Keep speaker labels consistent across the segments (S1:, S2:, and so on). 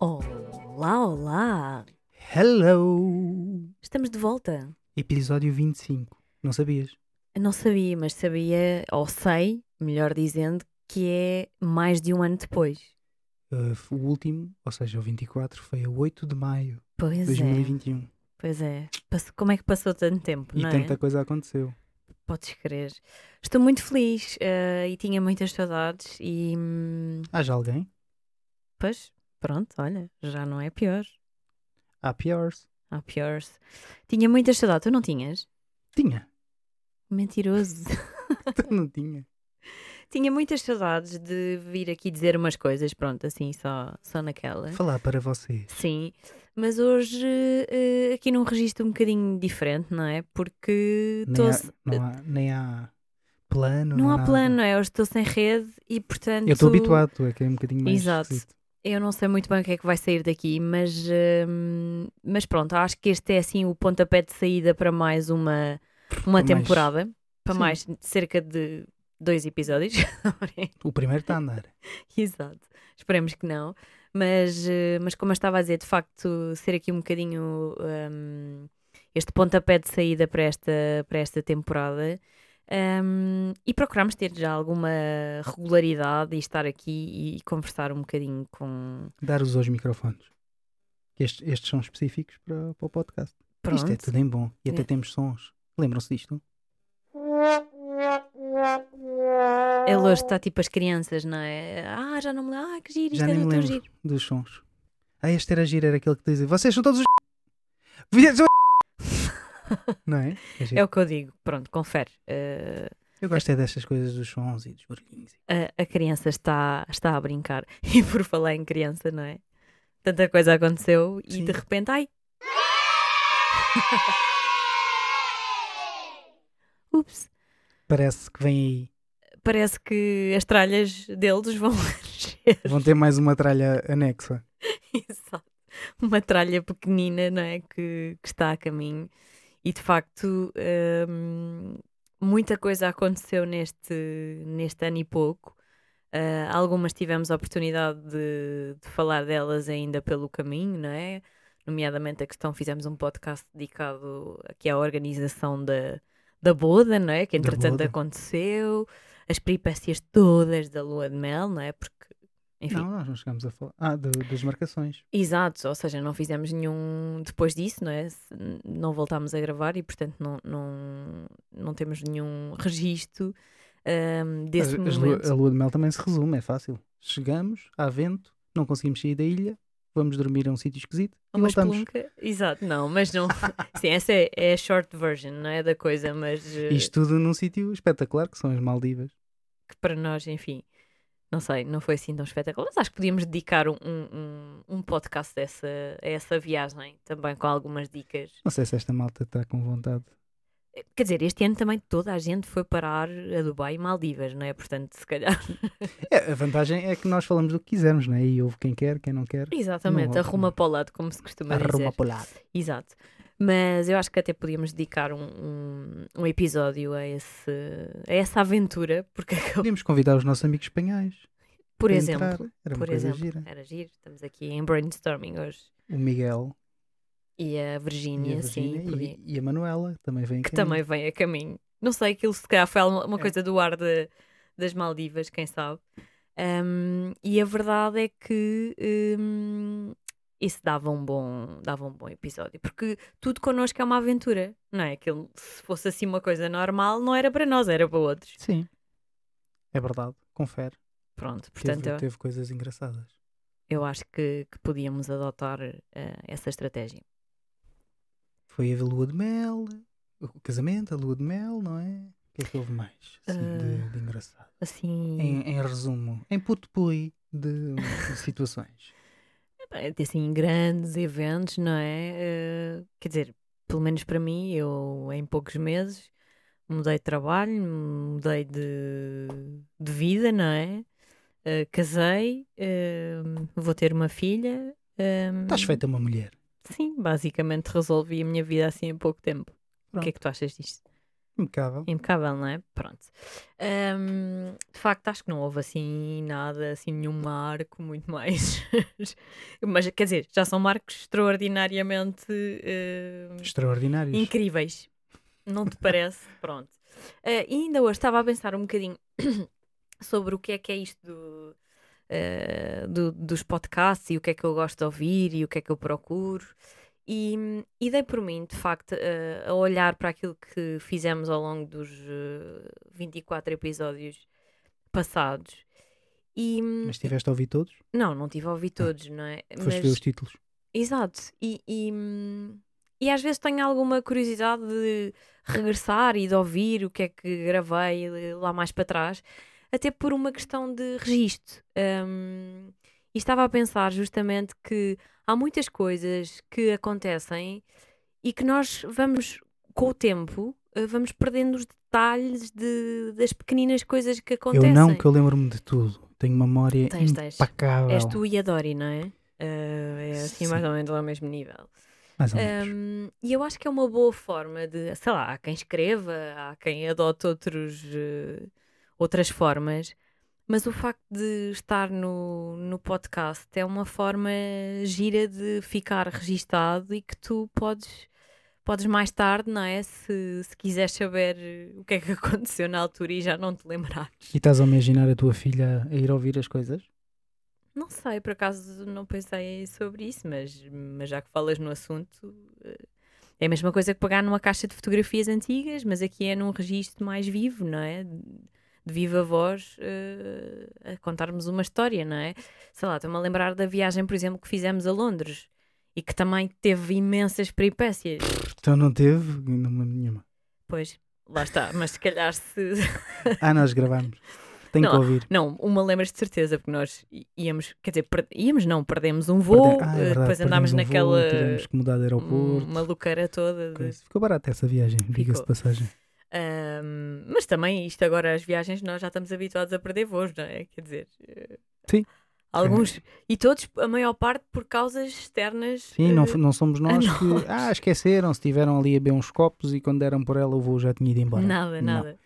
S1: Olá, olá!
S2: Hello!
S1: Estamos de volta.
S2: Episódio 25. Não sabias?
S1: Eu não sabia, mas sabia, ou sei, melhor dizendo, que é mais de um ano depois.
S2: Uh, o último, ou seja, o 24, foi a 8 de maio de
S1: Pois é,
S2: 2021.
S1: pois é. Passou- como é que passou tanto tempo,
S2: E
S1: não é?
S2: tanta coisa aconteceu.
S1: Podes crer. Estou muito feliz eh, e tinha muitas saudades e, hum,
S2: Haja alguém?
S1: pois, pronto, olha, já não é pior.
S2: Há piores.
S1: Há piores. Tinha muitas saudades. Tu não tinhas?
S2: Tinha.
S1: Mentiroso.
S2: Então não tinha.
S1: tinha muitas saudades de vir aqui dizer umas coisas, pronto, assim, só, só naquela.
S2: Falar para vocês.
S1: Sim, mas hoje eh, aqui num registro um bocadinho diferente, não é? Porque
S2: Nem
S1: tô-
S2: há, não há, nem há plano.
S1: não há
S2: nada.
S1: plano, não é? Hoje estou sem rede e portanto.
S2: Eu estou habituado, tu é que é um bocadinho mais.
S1: Exato.
S2: esquisito.
S1: Eu não sei muito bem o que é que vai sair daqui, mas, hum, mas pronto, acho que este é assim o pontapé de saída para mais uma, uma
S2: mais-
S1: temporada, para
S2: Sim.
S1: mais cerca de dois episódios.
S2: O primeiro está a andar.
S1: Exato, esperemos que não. Mas, eh, mas como eu estava a dizer, de facto, ser aqui um bocadinho hum, este pontapé de saída para esta, para esta temporada hum, e procuramos ter já alguma regularidade e estar aqui e conversar um bocadinho com.
S2: Dar os aos microfones. Que Estes, estes são específicos para, para o podcast.
S1: Pronto.
S2: Isto é tudo em bom. E até
S1: É.
S2: temos sons. Lembram-se disto?
S1: Ele hoje está tipo as crianças, não é? Ah, já não me lembro. Ah, que giro, isto
S2: Já
S1: era
S2: nem me
S1: tão
S2: lembro
S1: giro.
S2: dos sons. Ah, este era giro, era aquele que dizia: Vocês são todos os. Vocês são- Não é? É giro.
S1: É o que eu digo. Pronto, confere. Eh,
S2: Eu gosto é destas coisas dos sons e dos barulhinhos.
S1: a, a criança está, está a brincar. E por falar em criança, não é? Tanta coisa aconteceu e
S2: Sim.
S1: de repente, ai! Ups!
S2: Parece que vem
S1: Parece que as tralhas deles vão encher.
S2: aí. Vão ter mais uma tralha anexa.
S1: Exato. Uma tralha pequenina, não é? Que, que está a caminho. E de facto, hum, muita coisa aconteceu neste, neste ano e pouco. Ah, algumas tivemos a oportunidade de, de falar delas ainda pelo caminho, não é? Nomeadamente a questão, fizemos um podcast dedicado aqui à organização da, da boda, não é? Que
S2: Da
S1: entretanto
S2: boda.
S1: aconteceu, as peripécias todas da lua de mel, não é? Porque, enfim,
S2: Não, nós não chegámos a falar. Ah, do- das marcações.
S1: Exato, ou seja, não fizemos nenhum depois disso, não é? Se- Não voltámos a gravar e, portanto, não, não, não temos nenhum registo ahm,
S2: As-
S1: desse
S2: as lua-
S1: momento.
S2: a lua de mel também se resume, é fácil. Chegamos, há vento, não conseguimos sair da ilha, vamos dormir a um sítio esquisito
S1: Há
S2: e
S1: uma
S2: voltamos.
S1: espelunca. Oh, Exato, não, mas não. Sim, essa é, é a short version, não é? Da coisa, mas eh,
S2: Isto tudo num sítio espetacular que são as Maldivas.
S1: que para nós, enfim, não sei, não foi assim tão espetacular. Mas acho que podíamos dedicar um, um, um um podcast dessa, a essa viagem também com algumas dicas.
S2: Não sei se esta malta está com vontade.
S1: Quer dizer, este ano também toda a gente foi parar a Dubai e Maldivas, não é? Portanto, se calhar.
S2: É, a vantagem é que nós falamos do que quisermos, né? E houve quem quer, quem não quer.
S1: Exatamente,
S2: Não,
S1: arruma para o lado, como se costuma
S2: Arruma
S1: dizer.
S2: para o lado.
S1: Exato. Mas eu acho que até podíamos dedicar um, um, um episódio a, esse, a essa aventura, porque acabou-
S2: Podíamos convidar os nossos amigos espanhóis.
S1: por
S2: para
S1: exemplo,
S2: entrar. Era uma
S1: por
S2: coisa
S1: exemplo,
S2: gira.
S1: era giro, estamos aqui em brainstorming hoje.
S2: O Miguel
S1: E a
S2: e
S1: Virgínia,
S2: a
S1: sim,
S2: Virgínia
S1: podia-
S2: e, e a Manuela também vêm
S1: que
S2: caminho.
S1: também vem a caminho. Não sei, aquilo se calhar foi alguma uma
S2: É.
S1: coisa do ar de- das Maldivas, quem sabe. Ahm, e a verdade é que hum, isso dava um, bom, dava um bom episódio, porque tudo connosco é uma aventura, não é? Aquilo, se fosse assim uma coisa normal, não era para nós, era para outros.
S2: Sim. É verdade. Confere.
S1: Pronto, portanto,
S2: Teve-
S1: eu-
S2: teve, coisas engraçadas.
S1: eu acho que, que podíamos adotar eh, essa estratégia.
S2: Foi a lua de mel, o casamento, a lua de mel, não é? O que é que houve mais assim,
S1: Ah,
S2: de, de engraçado?
S1: Assim,
S2: Em, em resumo, em putpui de, de situações.
S1: Bem, assim, grandes eventos, não é? Eh, quer dizer, pelo menos para mim, eu em poucos meses mudei de trabalho, mudei de, de vida, não é? Ah, casei, ah, vou ter uma filha. ah,
S2: Estás feita uma mulher.
S1: Sim, basicamente resolvi a minha vida assim em pouco tempo. O que é que tu achas disto?
S2: Impecável.
S1: Impecável, não é? Pronto. Hum, de facto, acho que não houve assim nada, assim nenhum marco, muito mais. Mas quer dizer, já são marcos extraordinariamente hum,
S2: Extraordinários.
S1: incríveis. Não te parece? Pronto. Eh, e ainda hoje estava a pensar um bocadinho sobre o que é que é isto do, eh, do- dos podcasts e o que é que eu gosto de ouvir e o que é que eu procuro. E, e dei por mim, de facto, eh, a olhar para aquilo que fizemos ao longo dos eh, 24 episódios passados. E hum,
S2: Mas tiveste a ouvir todos?
S1: não, não tive a ouvir todos, não é?
S2: Foste ver os títulos.
S1: Exato. E, e, hum, e às vezes tenho alguma curiosidade de regressar e de ouvir o que é que gravei eh, lá mais para trás, até por uma questão de registro. Hum, e estava a pensar justamente que há muitas coisas que acontecem e que nós vamos, com o tempo, eh, vamos perdendo os detalhes de, das pequeninas coisas que acontecem.
S2: Eu não, que eu lembro-me de tudo. Tenho memória
S1: Tens, tens.
S2: impecável.
S1: És tu e a Dori, não é? Eh, é assim
S2: Sim.
S1: mais ou menos ao mesmo nível.
S2: Mais ou menos.
S1: Um, e eu acho que é uma boa forma de, sei lá, há quem escreva, há quem adote outros, eh, outras formas, mas o facto de estar no, no podcast é uma forma gira de ficar registado e que tu podes, podes mais tarde, não é? Se, se quiseres saber eh, o que é que aconteceu na altura e já não te lembrares.
S2: E estás a imaginar a tua filha a ir ouvir as coisas?
S1: Não sei, por acaso não pensei sobre isso, mas, mas já que falas no assunto, eh, é a mesma coisa que pegar numa caixa de fotografias antigas, mas aqui é num registro mais vivo, não é? De viva voz eh, a contarmos uma história, não é? Sei lá, estou-me a lembrar da viagem, por exemplo, que fizemos a Londres e que também teve imensas peripécias.
S2: Então não teve? Não me lembro nenhuma.
S1: Pois, lá está, mas se calhar se.
S2: Ah, nós gravámos. Tenho que
S1: Não,
S2: ouvir.
S1: Não, uma lembras de certeza, porque nós i- íamos, quer dizer, per- íamos não, perdemos um voo,
S2: Perde- Ah, é
S1: eh,
S2: verdade,
S1: depois andámos
S2: perdemos um voo,
S1: naquela
S2: tivemos que mudar de aeroporto.
S1: Hum, maluqueira toda. de-
S2: coisa. Ficou barata essa viagem, diga-se
S1: Ficou.
S2: de passagem.
S1: Ahm, mas também isto agora, as viagens, nós já estamos habituados a perder voos, não é? Quer dizer, eh,
S2: Sim.
S1: alguns, e todos, a maior parte, por causas externas.
S2: Sim, não,
S1: eh,
S2: f- não somos nós
S1: nós.
S2: que. Ah, esqueceram-se, tiveram ali a beber uns copos e quando deram por ela o voo já tinha ido embora.
S1: Nada,
S2: Não.
S1: nada.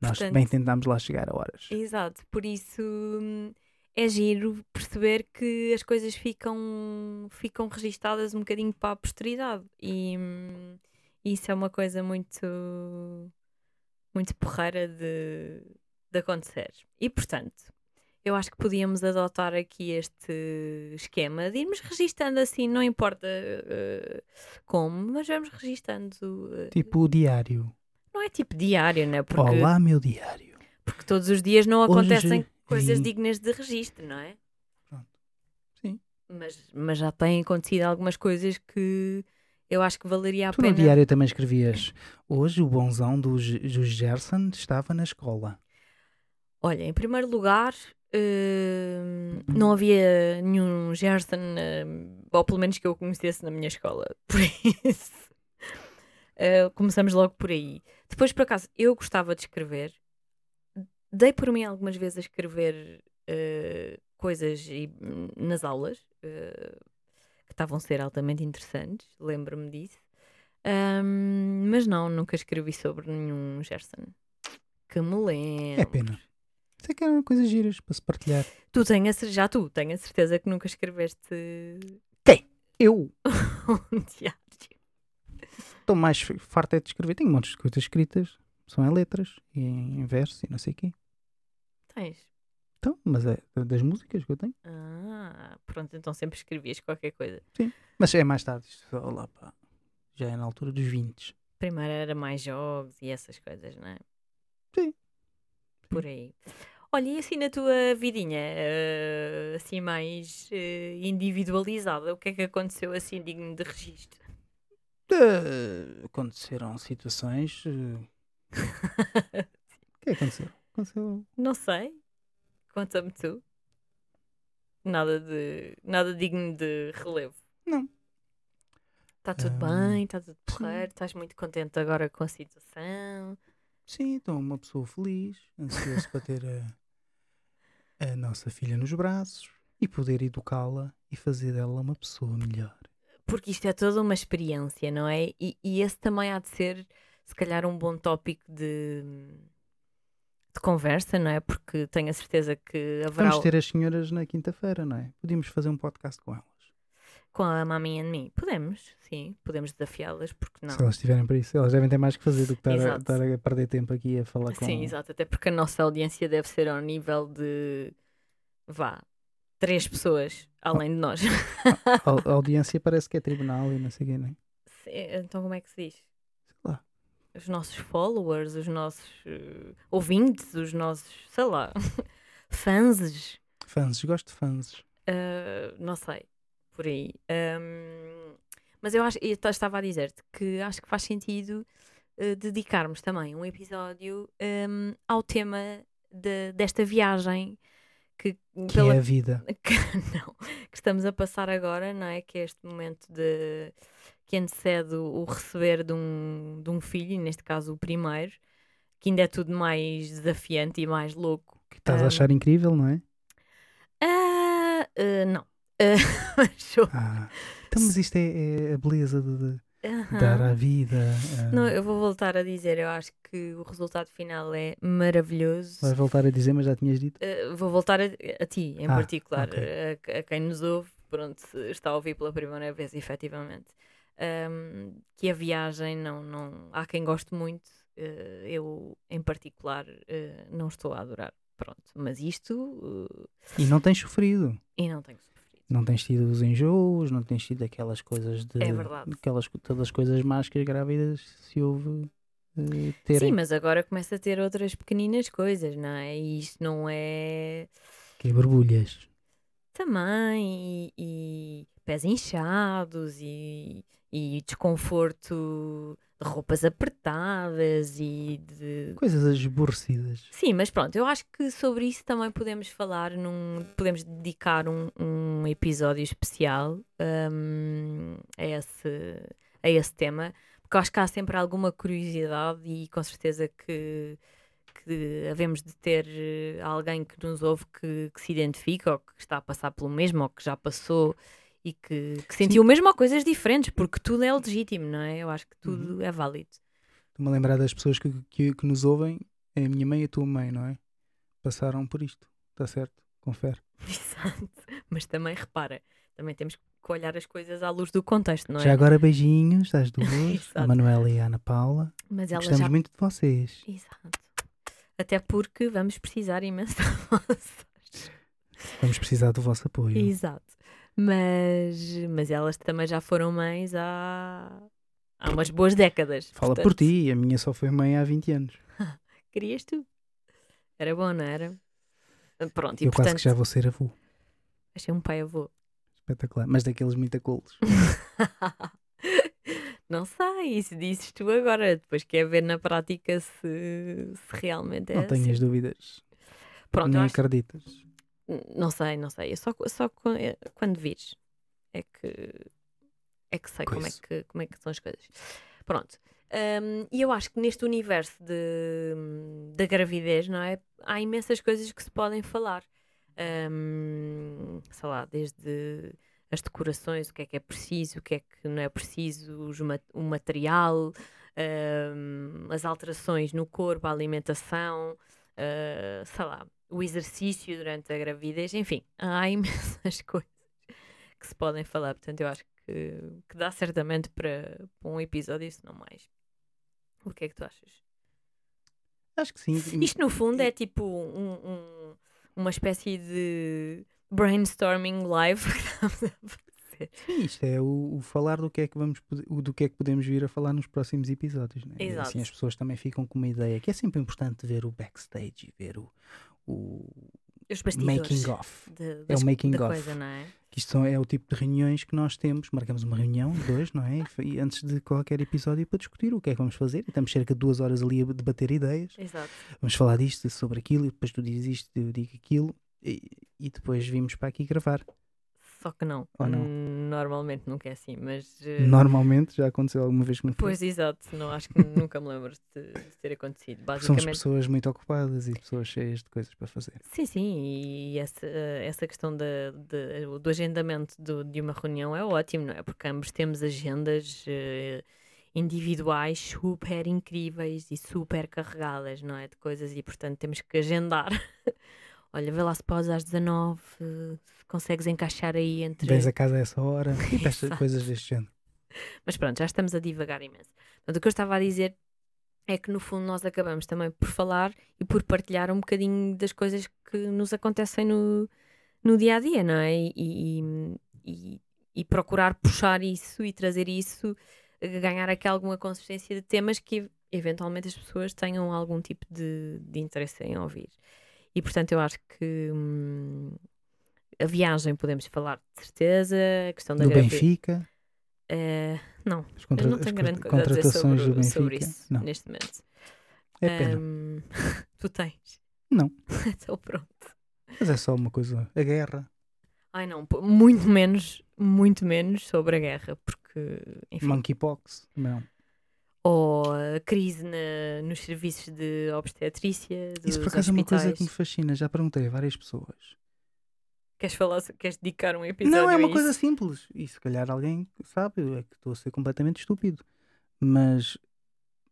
S2: Nós
S1: Portanto-
S2: bem tentámos lá chegar a horas.
S1: Exato, por isso hum, é giro perceber que as coisas ficam, ficam registadas um bocadinho para a posteridade e hum, isso é uma coisa muito, muito porreira de, de acontecer. E portanto, eu acho que podíamos adotar aqui este esquema de irmos registando assim, não importa eh, como, mas vamos registando. eh,
S2: Tipo o diário.
S1: não é tipo diário, né? Porque
S2: Olá, meu diário.
S1: porque todos os dias não acontecem
S2: Hoje
S1: coisas
S2: vim-
S1: dignas de registro, não é?
S2: Pronto. Sim.
S1: Mas, mas já têm acontecido algumas coisas que eu acho que valeria a
S2: Tu
S1: pena.
S2: no diário também escrevias. Hoje o bonzão do, G- do Gerson estava na escola.
S1: Olha, em primeiro lugar, hum, não havia nenhum Gerson, hum, ou pelo menos que eu conhecesse na minha escola, por isso. eh, começamos logo por aí. Depois, por acaso, eu gostava de escrever. Dei por mim algumas vezes a escrever eh, coisas e, hum, nas aulas eh, que estavam a ser altamente interessantes, lembro-me disso. Ahm, mas não, nunca escrevi sobre nenhum Gerson. Que me lembro.
S2: É pena. Sei que eram coisas giras para se partilhar.
S1: Tu tenho a, cer- já tu, tenho a certeza que nunca escreveste
S2: Eu
S1: um diário.
S2: estou mais f- farta é de escrever. Tenho montes de coisas escritas, são em letras, e em verso e não sei o quê.
S1: Tens.
S2: Então, mas é das músicas que eu tenho.
S1: Ah, pronto, então sempre escrevias qualquer coisa.
S2: Mas é mais tarde, isto só lá pá. Já é na altura dos 20.
S1: Primeiro era mais jogos e essas coisas, não é?
S2: Sim.
S1: Por aí. Olha, e assim na tua vidinha, eh, assim mais eh, individualizada, o que é que aconteceu assim digno de registro?
S2: Eh, aconteceram situações. eh, O que é que aconteceu? Aconteceu.
S1: Não sei. Conta-me tu. Nada de nada digno de relevo.
S2: Não.
S1: Está tudo
S2: Ahm,
S1: bem, está tudo porreiro, estás muito contente agora com a situação.
S2: Sim, então uma pessoa feliz, ansioso para ter a, a nossa filha nos braços e poder educá-la e fazer dela uma pessoa melhor.
S1: Porque isto é toda uma experiência, não é? E, e esse também há de ser, se calhar, um bom tópico de, de conversa, não é? Porque tenho a certeza que haverá
S2: Vamos ter as senhoras na quinta-feira, não é? Podíamos fazer um podcast com elas.
S1: com a Mami and Me. Podemos, sim, podemos desafiá-las, porque não?
S2: Se elas estiverem para isso, elas devem ter mais que fazer do que estar a,
S1: Exato.
S2: estar a perder tempo aqui a falar com
S1: Sim, exato, até porque a nossa audiência deve ser ao nível de vá, três pessoas além de nós.
S2: a, a audiência parece que é tribunal e não sei o quê, não é?
S1: Se- Então, como é que se diz?
S2: Sei lá.
S1: Os nossos followers, os nossos eh, ouvintes, os nossos, sei lá, fãs,
S2: Fãs, gosto de fãs.
S1: eh, não sei, por aí. Ahm, mas eu acho, eu ta- estava a dizer-te que acho que faz sentido eh, dedicarmos também um episódio ehm, ao tema de- desta viagem que,
S2: Que é a vida.
S1: que, não, que estamos a passar agora, não é? Que é este momento de que antecede o o receber de um, de um filho, e neste caso o primeiro, que ainda é tudo mais desafiante e mais louco.
S2: Que estás a
S1: Ah.
S2: achar incrível, não é?
S1: Ah, ah, não. Ah, mas eu-
S2: Ah, então, mas isto é, é a beleza de, de
S1: Aham.
S2: dar à vida. ah.
S1: Não, eu vou voltar a dizer, eu acho que o resultado final é maravilhoso.
S2: Vais voltar a dizer, mas já tinhas dito.
S1: Uh, vou voltar a, a ti, em
S2: Ah,
S1: particular,
S2: ok.
S1: a, a quem nos ouve, pronto, se está a ouvir pela primeira vez, efetivamente. Um, que a viagem não, não. Há quem goste muito, uh, eu em particular uh, não estou a adorar. Pronto, mas isto. uh,
S2: E não tens sofrido.
S1: e não tenho sofrido.
S2: Não tens tido os enjoos, não tens tido aquelas coisas de.
S1: É verdade.
S2: Aquelas, co- todas as coisas más que as grávidas se houve eh, terem.
S1: Sim, mas agora começa a ter outras pequeninas coisas, não é? E isto não é.
S2: Que é borbulhas.
S1: também e, e pés inchados e, e desconforto de roupas apertadas e de
S2: Coisas esborrecidas.
S1: sim mas pronto eu acho que sobre isso também podemos falar num podemos dedicar um, um episódio especial hum, a esse a esse tema porque eu acho que há sempre alguma curiosidade e com certeza que que havemos de ter eh, alguém que nos ouve que, que se identifica ou que está a passar pelo mesmo ou que já passou e que, que sentiu o mesmo ou coisas diferentes, porque tudo é legítimo, não é? Eu acho que tudo é válido.
S2: Estou-me a lembrar das pessoas que, que, que nos ouvem. É a minha mãe e a tua mãe, não é? Passaram por isto. Está certo? Confere.
S1: Exato. Mas também repara, também temos que olhar as coisas à luz do contexto, não é?
S2: Já agora beijinhos às duas,
S1: Exato.
S2: a Manuela e a Ana Paula.
S1: Mas ela
S2: Gostamos
S1: já.
S2: muito de vocês.
S1: Exato. Até porque vamos precisar imenso da vossa.
S2: Vamos precisar do vosso apoio.
S1: Exato. Mas, mas elas também já foram mães há, há umas boas décadas.
S2: Fala por
S1: portanto,
S2: ti, a minha só foi mãe há 20 anos.
S1: Querias tu? Era bom, não era? Pronto, e
S2: Eu quase
S1: portanto,
S2: que já vou ser avô.
S1: achei um pai avô.
S2: Espetacular. Mas daqueles muito acolhos.
S1: não sei, isso dizes tu agora. Depois quer ver na prática se, se realmente é
S2: Não tenhas
S1: assim.
S2: dúvidas.
S1: Pronto, eu
S2: Nem
S1: acho-
S2: acreditas.
S1: não sei, não sei. Eu só, só co- é- quando vires é que é que sei como é
S2: Coisa.
S1: que, como é que são as coisas. Pronto. Hum, e eu acho que neste universo de, da gravidez, não é? Há imensas coisas que se podem falar. Hum, sei lá, desde as decorações, o que é que é preciso, o que é que não é preciso, os ma- o material, hum, as alterações no corpo, a alimentação, ah, sei lá, o exercício durante a gravidez, enfim, há imensas coisas que se podem falar. Portanto, eu acho que, que dá certamente para, para um episódio, se não mais. O que é que tu achas?
S2: Acho que sim.
S1: Isto, no fundo, é tipo um- um- uma espécie de brainstorming live que estamos a fazer.
S2: Sim, isto é o, o falar do que é que vamos pode- o- do que é que podemos vir a falar nos próximos episódios, né? E
S1: Exato.
S2: Assim as pessoas também ficam com uma ideia que é sempre importante ver o backstage e ver o, o
S1: Os bastidores.
S2: making of.
S1: de-
S2: É
S1: das-
S2: o making
S1: da
S2: of.
S1: coisa, não é?
S2: Que isto são- é o tipo de reuniões que nós temos. Marcamos uma reunião, dois, não é? E fa- E antes de qualquer episódio para discutir o que é que vamos fazer. E estamos cerca de duas horas ali a debater ideias.
S1: Exato.
S2: Vamos falar disto, sobre aquilo, e depois tu dizes isto, eu digo aquilo. E, e depois vimos para aqui gravar.
S1: Só que não.
S2: Ou não?
S1: Hum, Normalmente nunca é assim, mas. eh,
S2: Normalmente já aconteceu alguma vez que me
S1: Pois, exato. Não, acho que nunca me lembro de, de ter acontecido.
S2: Porque somos
S1: Basicamente.
S2: pessoas muito ocupadas e pessoas cheias de coisas para fazer.
S1: Sim, sim, e essa, essa questão da, da- do agendamento do- de uma reunião é ótimo, não é? Porque ambos temos agendas eh, individuais super incríveis e super carregadas, não é? De coisas e, portanto, temos que agendar. Olha, vê lá se podes às 19, eh, se consegues encaixar aí entre.
S2: Vens a casa a essa hora e peças
S1: Exato.
S2: coisas deste género.
S1: Mas pronto, já estamos a divagar imenso. Portanto, o que eu estava a dizer é que no fundo nós acabamos também por falar e por partilhar um bocadinho das coisas que nos acontecem no, no dia a dia, não é? E, e- e- e procurar puxar isso e trazer isso, eh, ganhar aqui alguma consistência de temas que eventualmente as pessoas tenham algum tipo de, de interesse em ouvir. E portanto eu acho que hum, a viagem podemos falar de certeza, a questão da
S2: Do
S1: gravi-
S2: Benfica,
S1: eh, não,
S2: as,
S1: eu
S2: contra-
S1: não
S2: as
S1: tenho grande
S2: co-
S1: coisa a dizer
S2: contratações
S1: sobre,
S2: do Benfica.
S1: sobre isso
S2: Não,
S1: neste momento.
S2: é pena.
S1: Ahm, tu tens?
S2: Não.
S1: então pronto.
S2: Mas é só uma coisa. A guerra.
S1: Ai não, pô, muito menos, muito menos sobre a guerra, porque, enfim,
S2: Monkeypox. Não.
S1: ou a crise na- nos serviços de obstetrícia, dos
S2: Isso por acaso é uma
S1: hospitais.
S2: coisa que me fascina. Já perguntei a várias pessoas.
S1: Queres falar, so- queres dedicar um episódio
S2: Não, é
S1: a
S2: uma
S1: isso?
S2: coisa simples. E se calhar alguém sabe, é que estou a ser completamente estúpido. Mas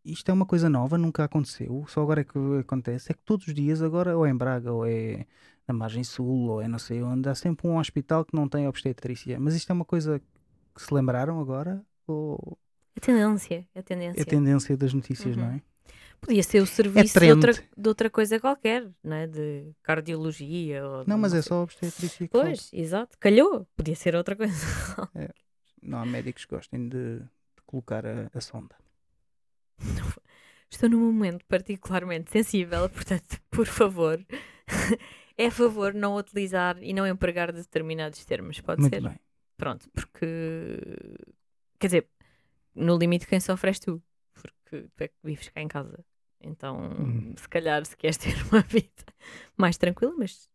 S2: isto é uma coisa nova, nunca aconteceu. Só agora é que acontece. É que todos os dias, agora, ou é em Braga, ou é na margem sul, ou é não sei onde, há sempre um hospital que não tem obstetrícia. Mas isto é uma coisa que se lembraram agora? Ou
S1: É tendência, é
S2: é
S1: tendência.
S2: a tendência das notícias,
S1: Uhum.
S2: não é?
S1: Podia ser o serviço de,
S2: trend.
S1: outra, de outra coisa qualquer, não é? De cardiologia ou... de
S2: Não, mas é
S1: sei.
S2: só obstetrícia que falta.
S1: Pois, exato. Calhou. Podia ser outra coisa.
S2: Não há médicos que gostem de, de colocar a, a sonda.
S1: Estou num momento particularmente sensível, portanto, por favor, é a favor não utilizar e não empregar determinados termos, pode
S2: Muito
S1: ser?
S2: bem.
S1: Pronto, porque. Quer dizer, no limite, quem sofre és tu, porque tu é que vives cá em casa. Então,
S2: Hum.
S1: se calhar, se queres ter uma vida mais tranquila, mas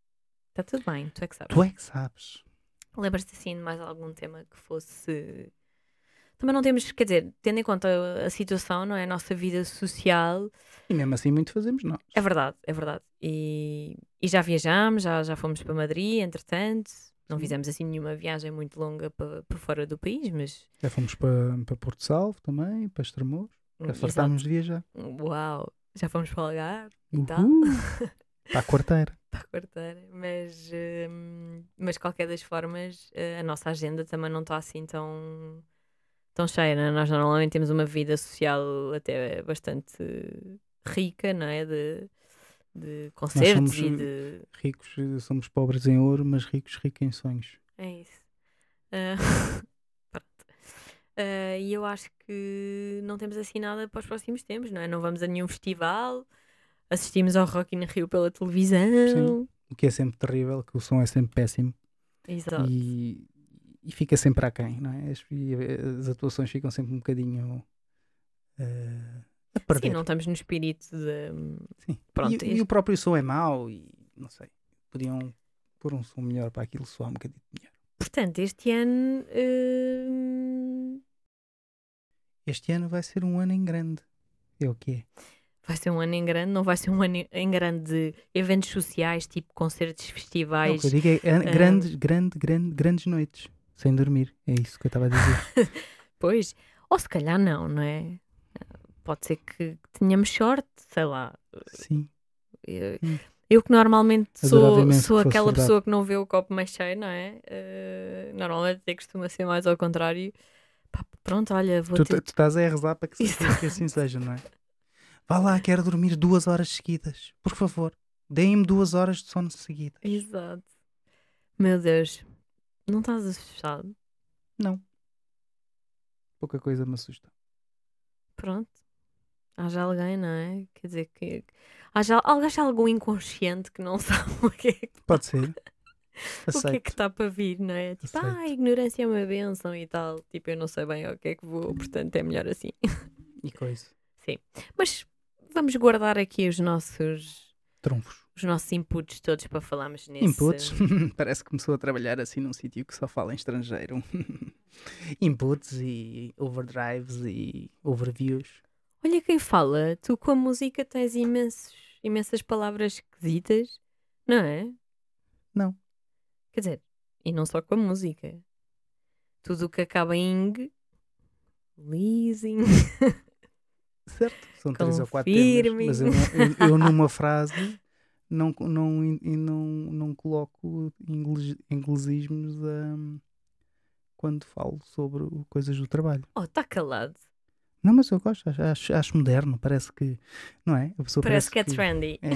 S1: está tudo bem, tu é que sabes.
S2: Tu é que sabes.
S1: Lembras-te assim de mais algum tema que fosse. Também não temos, quer dizer, tendo em conta a- a situação, não é? A nossa vida social.
S2: E mesmo assim muito fazemos nós.
S1: É verdade, é verdade. E, e já viajámos, já, já fomos para Madrid, entretanto. Não
S2: Sim.
S1: fizemos assim nenhuma viagem muito longa para, para fora do país, mas.
S2: Já fomos para, para Porto Salvo também, para Estremoz.
S1: um
S2: Já fartámos de viajar.
S1: Exato. um, Uau! Já fomos para o Algarve e tá. tal.
S2: Uhul! Para a quarteira.
S1: para a quarteira, mas, hum, mas qualquer das formas, eh, a nossa agenda também não está assim tão, tão cheia. não é? Nós normalmente temos uma vida social até bastante rica, não é? De, de concertos
S2: somos,
S1: e
S2: eh,
S1: de.
S2: Ricos, eh, somos pobres em ouro, mas ricos, ricos em sonhos.
S1: É isso. Ah, pronto. Ah, e eu acho que não temos assim nada para os próximos tempos, não é? Não vamos a nenhum festival, assistimos ao Rock in Rio pela televisão.
S2: O que é sempre terrível, que o som é sempre péssimo.
S1: Exato.
S2: E, e fica sempre aquém, não é? As, e as atuações ficam sempre um bocadinho eh, a perder.
S1: Sim, não estamos no espírito de.
S2: Sim.
S1: Pronto,
S2: e, e
S1: este-
S2: o próprio som é mau e não sei. Podiam pôr um som melhor para aquilo soar um bocadinho melhor.
S1: Portanto, este ano. hum,
S2: Este ano vai ser um ano em grande. É o que é.
S1: Vai ser um ano em grande, não vai ser um ano em grande de eventos sociais, tipo concertos,
S2: Não, o
S1: festivais.
S2: que eu digo é an-
S1: eh,
S2: grandes, grande, grande, grandes noites. Sem dormir. É isso que eu estava a dizer.
S1: Pois, ou se calhar não, não é? Pode ser que tenhamos sorte, sei lá.
S2: Sim.
S1: Eu,
S2: Hum.
S1: É, eu que normalmente
S2: Adorava
S1: sou,
S2: imenso que
S1: sou
S2: fosse
S1: aquela
S2: verdade.
S1: pessoa que não vê o copo mais cheio, não é? Eh, normalmente até costuma ser mais ao contrário. Pá, pronto, olha, vou
S2: Tu,
S1: ter...
S2: tu estás a rezar para que, se-
S1: Exato.
S2: que assim seja, não é? Vá lá, quero dormir duas horas seguidas. Por favor, deem-me duas horas de sono seguida.
S1: Exato. Meu Deus, não estás assustado?
S2: Pouca coisa me assusta.
S1: Pronto. Haja alguém, não é? Quer dizer que. Haja, haja algum inconsciente que não sabe o que é que,
S2: Pode ser.
S1: o que, é que
S2: Aceito.
S1: está para vir, não é? Tipo,
S2: Aceito.
S1: ah, a ignorância é uma benção e tal. Tipo, eu não sei bem ao que é que vou, portanto é melhor assim.
S2: E coisa.
S1: Mas vamos guardar aqui os nossos.
S2: Trunfos.
S1: os nossos inputs todos para falarmos nesse.
S2: Inputs? Parece que começou a trabalhar assim num sítio que só fala em estrangeiro. Inputs e overdrives e overviews.
S1: Olha quem fala, tu com a música tens imensos, imensas palavras esquisitas, não é?
S2: Não.
S1: Quer dizer, e não só com a música. Tudo o que acaba em ing, leasing.
S2: Certo? São três ou quatro temas. Mas eu, não- eu- eu numa frase não, co- não, in- in- não, não coloco inglês- inglesismos hum, quando falo sobre o- coisas do trabalho.
S1: Oh, está calado.
S2: Não, mas eu gosto, acho- acho, acho moderno, parece que. Não é? A pessoa
S1: Parece que é trendy.
S2: É.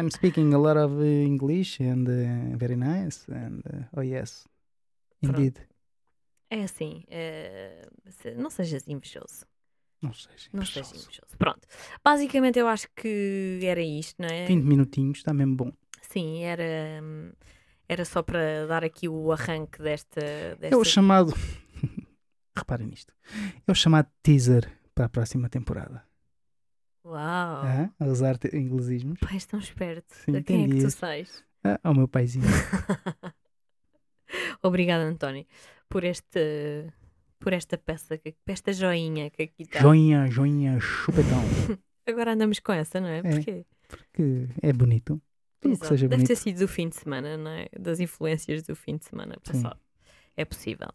S2: I'm speaking a lot of uh, English and uh, very nice and uh, oh yes,
S1: Pronto.
S2: indeed.
S1: É assim, eh, se- não sejas invejoso.
S2: Não seja
S1: Não sejas
S2: invejoso.
S1: invejoso. Pronto. Basicamente eu acho que era isto, não é?
S2: 20 minutinhos está mesmo bom.
S1: Sim, era, hum, era só para dar aqui o arranque desta. desta...
S2: É o chamado. Reparem nisto. É o chamado teaser para a próxima temporada.
S1: Uau!
S2: Ah, a usar te- inglesismos.
S1: Pai, és tão esperto.
S2: Sim,
S1: a quem é que
S2: entendi
S1: tu
S2: isso.
S1: sais?
S2: Ah, ao meu paizinho.
S1: Obrigada, António, por este. Por esta peça, que- por esta joinha que aqui está.
S2: joinha, joinha, chupetão.
S1: Agora andamos com essa, não é? Porquê?
S2: Porque é bonito. Tudo que
S1: Exato.
S2: seja
S1: Deve
S2: bonito.
S1: ter sido do fim de semana, não é? Das influências do fim de semana passado. É possível.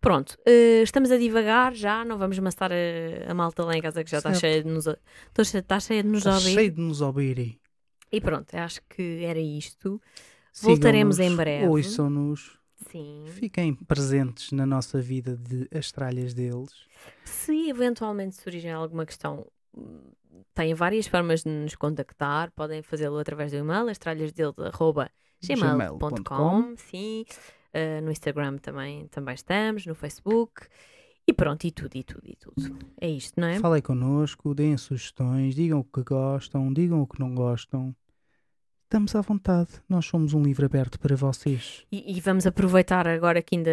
S1: Pronto, eh, estamos a divagar já, não vamos maçar a, a malta lá em casa que já está
S2: Certo.
S1: cheia de nos, o- tô che- tá cheia de nos
S2: Está
S1: ouvir.
S2: cheio de nos ouvir.
S1: E pronto, acho que era isto. Voltaremos em breve.
S2: Ouçam-nos.
S1: Sim.
S2: Fiquem presentes na nossa vida de as tralhas deles.
S1: Se eventualmente surgir alguma questão, hum, têm várias formas de nos contactar. Podem fazê-lo através do e-mail, estralhasdeles.gmail.com. Sim. Ah, no Instagram também, também estamos, no Facebook. E pronto, e tudo, e tudo, e tudo. É isto, não é?
S2: Falem connosco, deem sugestões, digam o que gostam, digam o que não gostam. Estamos à vontade. Nós somos um livro aberto para vocês.
S1: E, e vamos aproveitar agora que ainda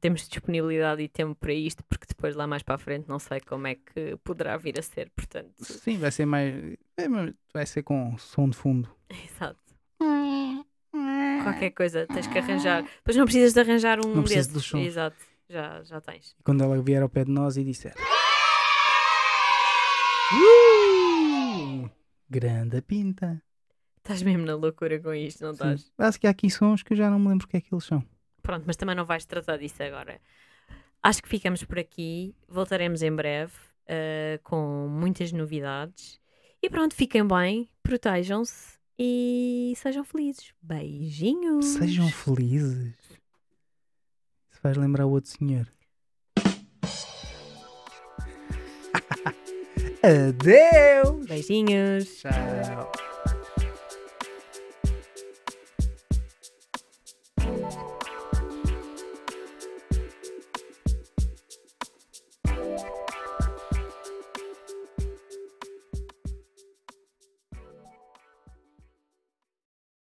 S1: temos disponibilidade e tempo para isto, porque depois lá mais para a frente não sei como é que poderá vir a ser, portanto.
S2: Sim, vai ser mais. é, mas Vai ser com som de fundo.
S1: Exato. Qualquer coisa tens que arranjar. Pois não precisas de arranjar um
S2: Não preciso
S1: desses.
S2: dos sons.
S1: Exato. Já, já tens.
S2: E quando ela vier ao pé de nós e disser. "Uh, Grande pinta.
S1: Estás mesmo na loucura com isto, não estás?
S2: Sim. Acho que há aqui sons que eu já não me lembro o que é que eles são.
S1: Pronto, mas também não vais tratar disso agora. Acho que ficamos por aqui. Voltaremos em breve eh, com muitas novidades. E pronto, fiquem bem, protejam-se e sejam felizes. Beijinhos!
S2: Sejam felizes. Isso faz lembrar o outro senhor. Adeus!
S1: Beijinhos!
S2: Tchau.